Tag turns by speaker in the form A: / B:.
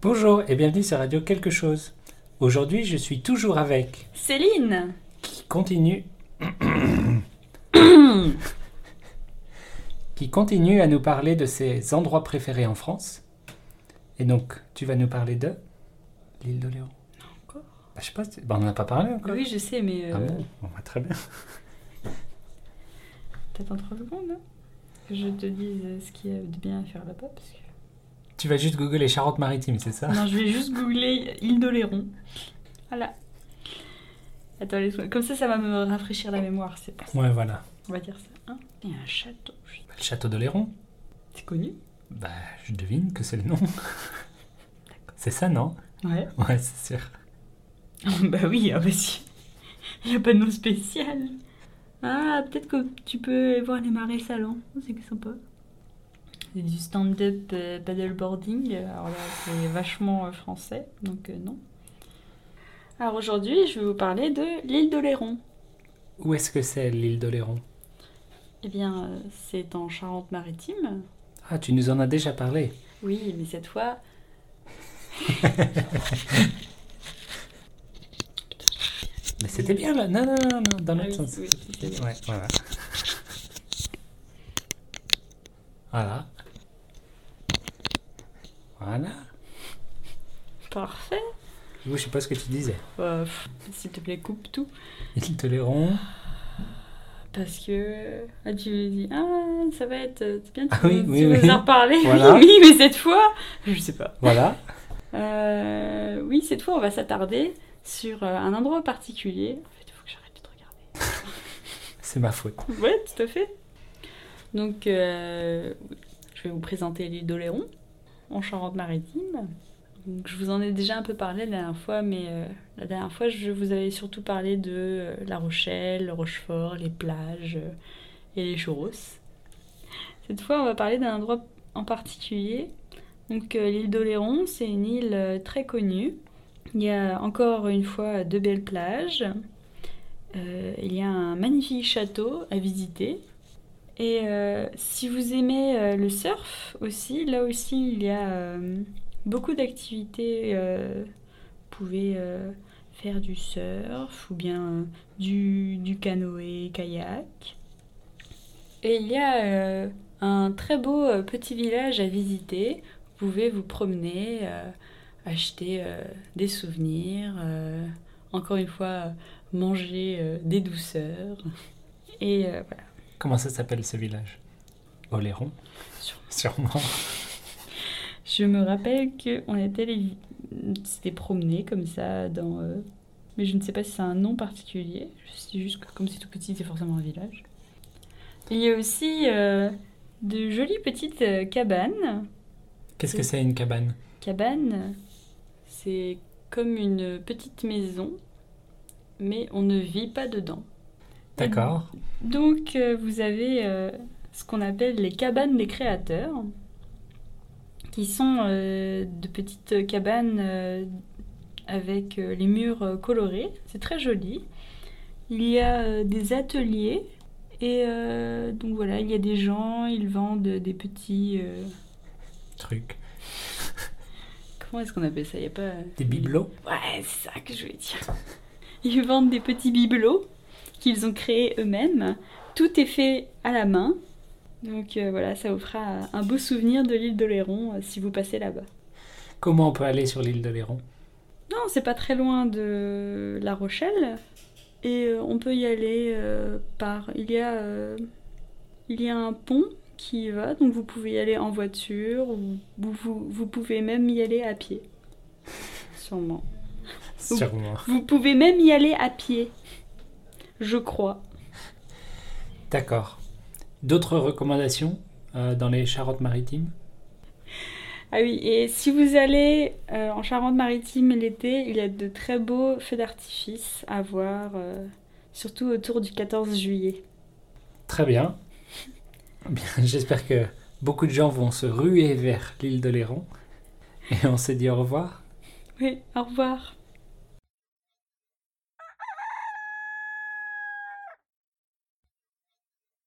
A: Bonjour et bienvenue sur Radio Quelque chose. Aujourd'hui, je suis toujours avec,
B: Céline
A: qui continue, qui continue à nous parler de ses endroits préférés en France. Et donc, tu vas nous parler de l'île d'Oléron.
B: encore.
A: Bah, je sais pas, c'est- bah, on n'en a pas parlé encore.
B: Oui, je sais, mais... euh,
A: Ah bon, Bon, bah, très bien.
B: T'attends 3 secondes hein, que je te dise euh, ce qu'il y a de bien à faire là-bas. Parce que...
A: Tu vas juste googler les Charentes-Maritimes, c'est ça
B: Non, je vais juste googler île d'Oléron. Voilà. Attends, les secondes. Comme ça, ça va me rafraîchir la mémoire, c'est pour ça.
A: Ouais, voilà.
B: On va dire ça. Hein. Il y a un château. je sais.
A: Bah, le château d'Oléron.
B: C'est connu
A: Bah, je devine que c'est le nom. c'est ça, non
B: Ouais.
A: Ouais, c'est sûr.
B: bah oui, ah bah si. Il n'y a pas de nom spécial. Ah, peut-être que tu peux voir les marais salants. C'est sympa. C'est du stand-up euh, paddleboarding. Alors là, c'est vachement euh, français, donc euh, non. Alors aujourd'hui, je vais vous parler de l'île d'Oléron.
A: Où est-ce que c'est l'île d'Oléron
B: Eh bien, euh, c'est en Charente-Maritime.
A: Ah, tu nous en as déjà parlé.
B: Oui, mais cette fois.
A: Mais c'était bien là. Non, non, non, non, dans l'autre
B: Ah oui,
A: sens.
B: oui, c'est bien.
A: Ouais, voilà. Voilà. Voilà.
B: Parfait.
A: Du coup, je sais pas ce que tu disais.
B: Euh, pff, S'il te plaît, coupe tout.
A: L'île d'Oléron.
B: Parce que ah, tu lui dis ah ça va être c'est bien tu,
A: Ah oui,
B: tu
A: oui,
B: vas
A: oui.
B: en reparler
A: Voilà.
B: oui mais cette fois je sais pas
A: Voilà.
B: Euh, oui cette fois on va s'attarder sur euh, un endroit particulier en fait il faut que j'arrête de te regarder
A: C'est ma faute.
B: ouais tout à fait donc euh, je vais vous présenter l'île d'Oléron en Charente-Maritime Donc, je vous en ai déjà un peu parlé la dernière fois mais euh, la dernière fois je vous avais surtout parlé de euh, La Rochelle, le Rochefort, les plages euh, et les churros. Cette fois, on va parler d'un endroit en particulier. Donc, euh, l'île d'Oléron, c'est une île euh, très connue. Il y a encore une fois de belles plages. Euh, il y a un magnifique château à visiter. Et euh, si vous aimez euh, le surf aussi, là aussi, il y a euh, beaucoup d'activités. euh, vous pouvez euh, faire du surf ou bien euh, du, du canoë, kayak. Et il y a euh, un très beau euh, petit village à visiter. Vous pouvez vous promener, euh, acheter euh, des souvenirs, euh, encore une fois, euh, manger euh, des douceurs. Et euh, voilà.
A: Comment ça s'appelle ce village Oléron
B: Sûrement.
A: Sûrement.
B: Je me rappelle qu'on était les... s'était promené comme ça dans. euh, Mais je ne sais pas si c'est un nom particulier. C'est juste que comme c'est tout petit, c'est forcément un village. Il y a aussi euh, de jolies petites euh, cabanes.
A: Qu'est-ce que c'est une cabane
B: Cabane, c'est comme une petite maison, mais on ne vit pas dedans.
A: D'accord.
B: Donc, euh, vous avez euh, ce qu'on appelle les cabanes des créateurs, qui sont euh, de petites cabanes euh, avec euh, les murs euh, colorés. C'est très joli. Il y a euh, des ateliers. Et euh, donc voilà, il y a des gens, ils vendent des petits... euh,
A: Truc.
B: comment est-ce qu'on appelle ça Il y a pas...
A: Des bibelots
B: Ouais, c'est ça que je voulais dire. Ils vendent des petits bibelots qu'ils ont créés eux-mêmes. Tout est fait à la main. Donc euh, voilà, ça vous fera un beau souvenir de l'île d'Oléron euh, si vous passez là-bas.
A: Comment on peut aller sur l'île d'Oléron
B: Non, c'est pas très loin de La Rochelle. Et euh, on peut y aller euh, par... Il y, a, euh, il y a un pont qui y va, donc vous pouvez y aller en voiture, ou ou vous- vous pouvez même y aller à pied. Sûrement.
A: Sûrement.
B: Vous pouvez même y aller à pied. Je crois.
A: D'accord. D'autres recommandations euh, dans les Charentes-Maritimes
B: Ah oui, et si vous allez euh, en Charente-Maritime l'été, il y a de très beaux feux d'artifice à voir, euh, surtout autour du 14 juillet.
A: Très bien. Bien, J'espère que beaucoup de gens vont se ruer vers l'île d'Oléron. Et on se dit au revoir.
B: Oui, au revoir.